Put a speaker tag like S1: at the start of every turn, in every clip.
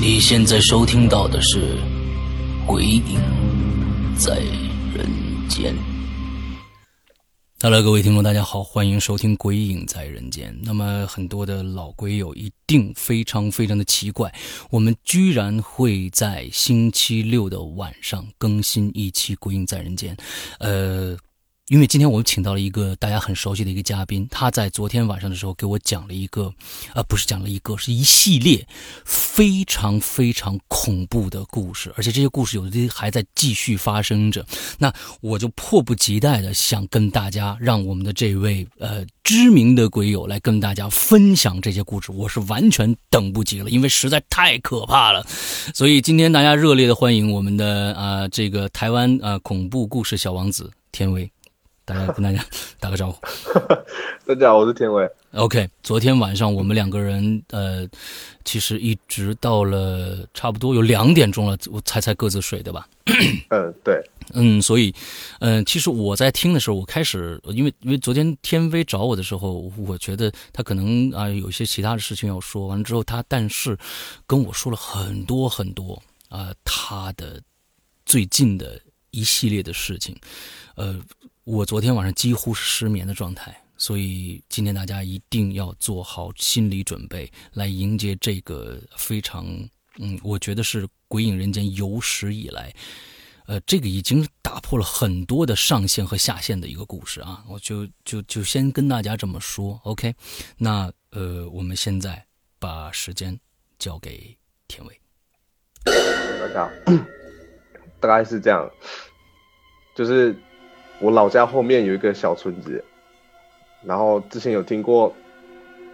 S1: 你现在收听到的是《鬼影在人间》。Hello，各位听众，大家好，欢迎收听《鬼影在人间》。那么，很多的老鬼友一定非常非常的奇怪，我们居然会在星期六的晚上更新一期《鬼影在人间》。呃，因为今天我请到了一个大家很熟悉的一个嘉宾，他在昨天晚上的时候给我讲了一个，呃，不是讲了一个，是一系列非常非常恐怖的故事，而且这些故事有的还在继续发生着。那我就迫不及待的想跟大家，让我们的这位呃知名的鬼友来跟大家分享这些故事，我是完全等不及了，因为实在太可怕了。所以今天大家热烈的欢迎我们的啊、呃这个台湾啊、呃恐怖故事小王子天威，大家跟大家打个招呼。
S2: 大家好，我是天伟。
S1: OK，昨天晚上我们两个人，呃，其实一直到了差不多有两点钟了，我才才各自睡，对吧？
S2: 嗯，对，
S1: 嗯，所以，嗯、其实我在听的时候，我开始，因为因为昨天天威找我的时候，我觉得他可能啊、有一些其他的事情要说，完了之后他但是跟我说了很多很多啊、他的最近的一系列的事情，呃，我昨天晚上几乎是失眠的状态，所以今天大家一定要做好心理准备，来迎接这个非常，嗯，我觉得是《鬼影人间》有史以来，呃，这个已经打破了很多的上限和下限的一个故事啊，我就就就先跟大家这么说，OK？那呃，我们现在把时间交给田伟。
S2: 大家好。大概是这样，就是我老家后面有一个小村子，然后之前有听过，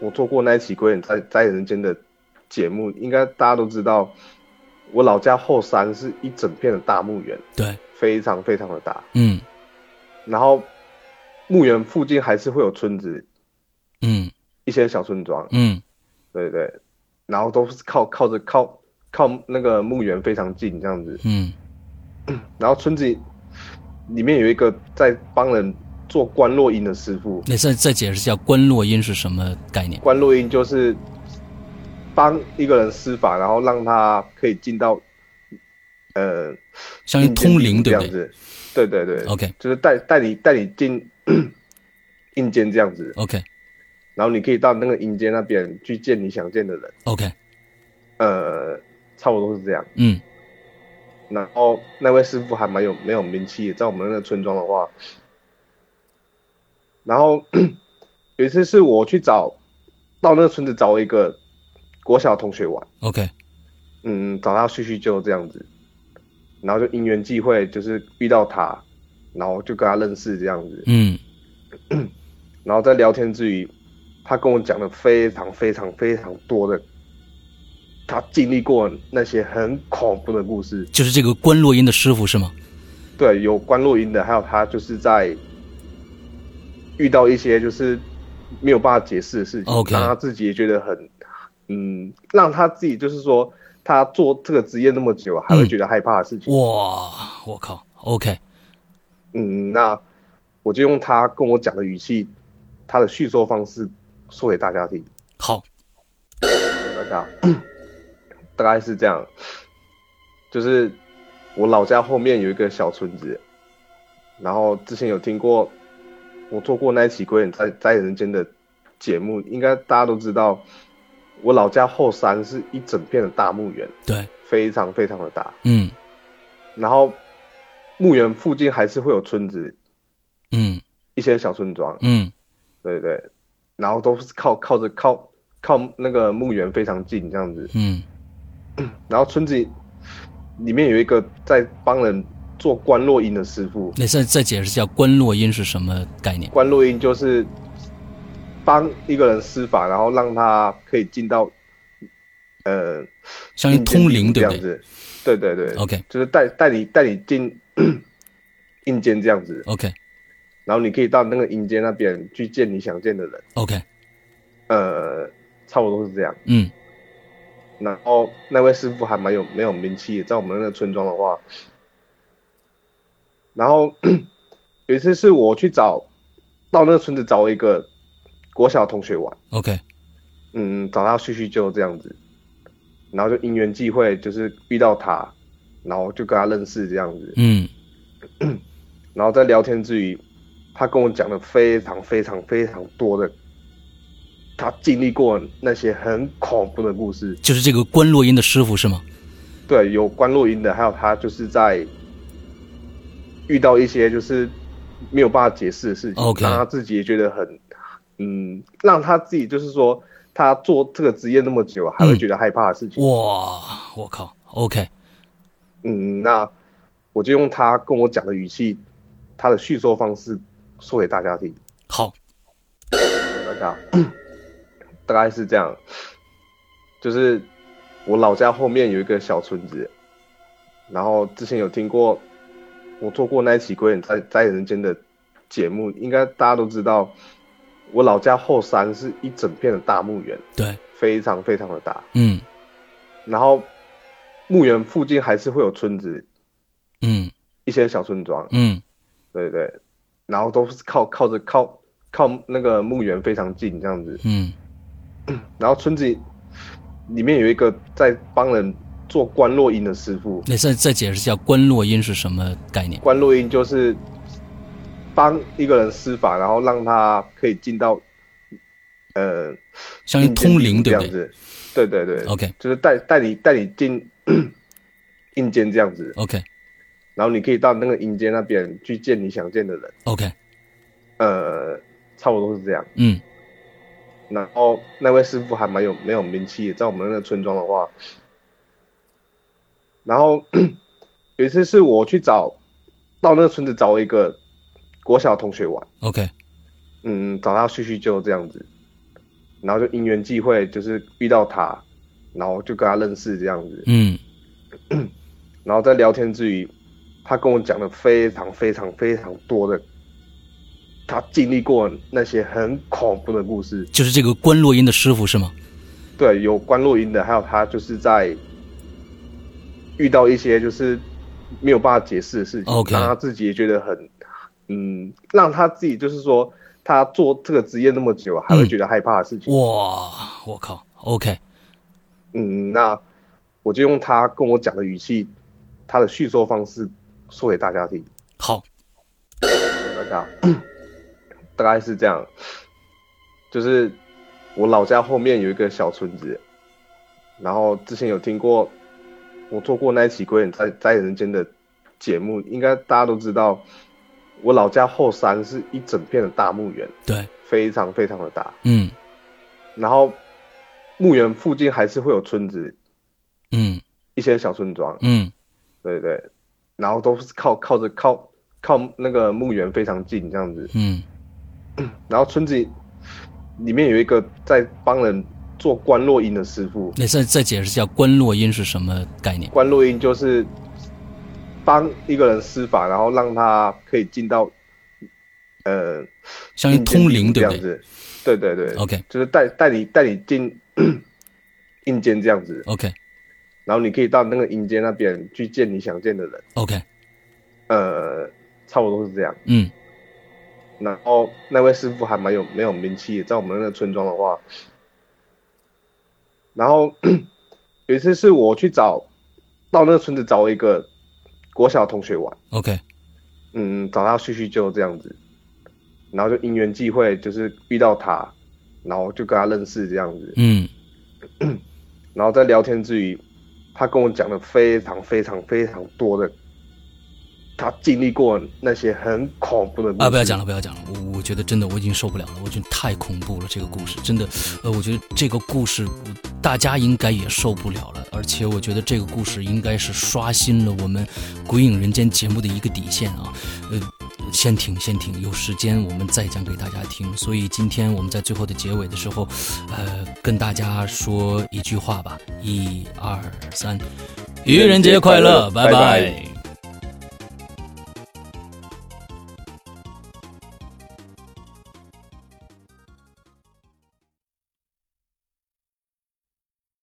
S2: 我做过那一期《鬼影在在人间》的节目，应该大家都知道，我老家后山是一整片的大墓园，
S1: 对，
S2: 非常非常的大，
S1: 嗯
S2: 然后墓园附近还是会有村子，
S1: 嗯
S2: 一些小村庄，
S1: 嗯
S2: 对对，然后都是靠靠着靠靠那个墓园非常近这样子，
S1: 嗯
S2: 然后村子里面有一个在帮人做观落阴的师傅，
S1: 那再再解释一下观落阴是什么概念？
S2: 观落阴就是帮一个人施法，然后让他可以进到呃
S1: 相当于通灵，
S2: 阴间
S1: 对
S2: 地府这样
S1: 不对
S2: 子，对对对
S1: ？OK
S2: 就是带带你带你进 阴间这样子，
S1: OK
S2: 然后你可以到那个阴间那边去见你想见的人，
S1: OK，
S2: 呃，差不多是这样。
S1: 嗯
S2: 然后那位师傅还蛮有没有名气，在我们那个村庄的话。然后 有一次是我去找到那个村子找一个国小同学玩，
S1: OK，
S2: 嗯，找他叙叙旧这样子，然后就因缘际会，就是遇到他，然后就跟他认识这样子，
S1: 嗯
S2: 然后在聊天之余，他跟我讲了非常非常非常多的他经历过那些很恐怖的故事，
S1: 就是这个观落阴的师傅是吗？
S2: 对，有关录音的，还有他就是在遇到一些就是没有办法解释的事情
S1: OK
S2: 让他自己也觉得很，嗯，让他自己就是说他做这个职业那么久，还会觉得害怕的事情。
S1: 哇，我靠，OK，
S2: 嗯，那我就用他跟我讲的语气，他的叙说方式说给大家听。
S1: 好，
S2: 大家大概是这样，就是我老家后面有一个小村子，然后之前有听过，我做过那一期《鬼影在在人间》的节目，应该大家都知道，我老家后山是一整片的大墓园，
S1: 对，
S2: 非常非常的大，
S1: 嗯
S2: 然后墓园附近还是会有村子，
S1: 嗯
S2: 一些小村庄，
S1: 嗯
S2: 对对，然后都是靠靠着靠靠那个墓园非常近这样子，
S1: 嗯
S2: 然后村子里面有一个在帮人做观落阴的师傅，
S1: 那再再解释一下观落阴是什么概念？
S2: 观落阴就是帮一个人施法，然后让他可以进到呃
S1: 相当于通灵，
S2: 阴间
S1: 对不哦
S2: 地府这样
S1: 对
S2: 子，对对对
S1: ？OK
S2: 就是带带你带你进 阴间这样子，
S1: OK
S2: 然后你可以到那个阴间那边去见你想见的人，
S1: OK，
S2: 呃，差不多是这样。
S1: 嗯
S2: 然后那位师傅还蛮有蛮有名气的，在我们那个村庄的话。然后 有一次是我去找到那个村子找一个国小同学玩，
S1: OK，
S2: 嗯，找他叙叙旧这样子，然后就因缘际会，就是遇到他，然后就跟他认识这样子，
S1: 嗯
S2: 然后在聊天之余，他跟我讲了非常非常非常多的他经历过那些很恐怖的故事，
S1: 就是这个观落阴的师傅是吗？
S2: 对，有关录音的，还有他就是在遇到一些就是没有办法解释的事情
S1: OK
S2: 让他自己也觉得很，嗯，让他自己就是说他做这个职业那么久，还会觉得害怕的事情。
S1: 哇，我靠，OK，
S2: 嗯，那我就用他跟我讲的语气，他的叙说方式说给大家听，
S1: 好，
S2: 大家 大概是这样，就是我老家后面有一个小村子，然后之前有听过，我做过那一期《鬼影在在人间》的节目，应该大家都知道，我老家后山是一整片的大墓园，
S1: 对，
S2: 非常非常的大，
S1: 嗯
S2: 然后墓园附近还是会有村子，
S1: 嗯
S2: 一些小村庄，
S1: 嗯
S2: 对对，然后都是靠靠着靠靠那个墓园非常近这样子，
S1: 嗯
S2: 然后村子里面有一个在帮人做观落阴的师傅，
S1: 那再再解释一下观落阴是什么概念？
S2: 观落阴就是帮一个人施法，然后让他可以进到呃
S1: 相当于通灵，
S2: 阴间
S1: 对
S2: 地府这样
S1: 不对哦
S2: 子，对对对
S1: ？OK
S2: 就是带带你带你进 阴间这样子，
S1: OK
S2: 然后你可以到那个阴间那边去见你想见的人，
S1: OK，
S2: 呃，差不多是这样。
S1: 嗯
S2: 然后那位师傅还蛮有蛮有名气的，在我们那个村庄的话。然后 有一次是我去找到那个村子找一个国小同学玩，
S1: OK，
S2: 嗯，找他叙叙旧这样子，然后就因缘际会，就是遇到他，然后就跟他认识这样子，
S1: 嗯
S2: 然后在聊天之余，他跟我讲了非常非常非常多的他经历过那些很恐怖的故事，
S1: 就是这个观落阴的师傅是吗？
S2: 对，有关录音的，还有他就是在遇到一些就是没有办法解释的事情
S1: OK
S2: 让他自己也觉得很，嗯，让他自己就是说他做这个职业那么久，还会觉得害怕的事情。
S1: 哇，我靠，OK，
S2: 嗯，那我就用他跟我讲的语气，他的叙说方式说给大家听，
S1: 好，
S2: 大家 大概是这样，就是我老家后面有一个小村子，然后之前有听过，我做过那一期《鬼影在在人间》的节目，应该大家都知道，我老家后山是一整片的大墓园，
S1: 对，
S2: 非常非常的大，
S1: 嗯
S2: 然后墓园附近还是会有村子，
S1: 嗯
S2: 一些小村庄，
S1: 嗯
S2: 对对，然后都是靠靠着靠靠那个墓园非常近这样子，
S1: 嗯
S2: 然后村子里面有一个在帮人做观落阴的师傅，
S1: 那再再解释一下观落阴是什么概念？
S2: 观落阴就是帮一个人施法，然后让他可以进到呃
S1: 相当于通灵，
S2: 阴间
S1: 对
S2: 地府这样
S1: 不对
S2: 子，对对对
S1: ？OK
S2: 就是带带你带你进 阴间这样子，
S1: OK
S2: 然后你可以到那个阴间那边去见你想见的人，
S1: OK，
S2: 呃，差不多是这样。
S1: 嗯
S2: 然后那位师傅还蛮有蛮有名气的，在我们那个村庄的话。然后 有一次是我去找到那个村子找一个国小同学玩，
S1: OK
S2: 嗯，找他叙叙旧这样子，然后就因缘际会，就是遇到他，然后就跟他认识这样子，
S1: 嗯
S2: 然后在聊天之余，他跟我讲了非常非常非常多的他经历过那些很恐怖的
S1: 啊，不要讲
S2: 讲。
S1: 了，不要讲了，我我觉得真的我已经受不了了，我觉得太恐怖了，这个故事真的，呃，我觉得这个故事我大家应该也受不了了，而且我觉得这个故事应该是刷新了我们《鬼影人间》节目的一个底线啊，呃。先停，先停，有时间我们再讲给大家听。所以今天我们在最后的结尾的时候，呃，跟大家说一句话吧，一二三，愚人节快乐，
S2: 拜拜
S1: 拜拜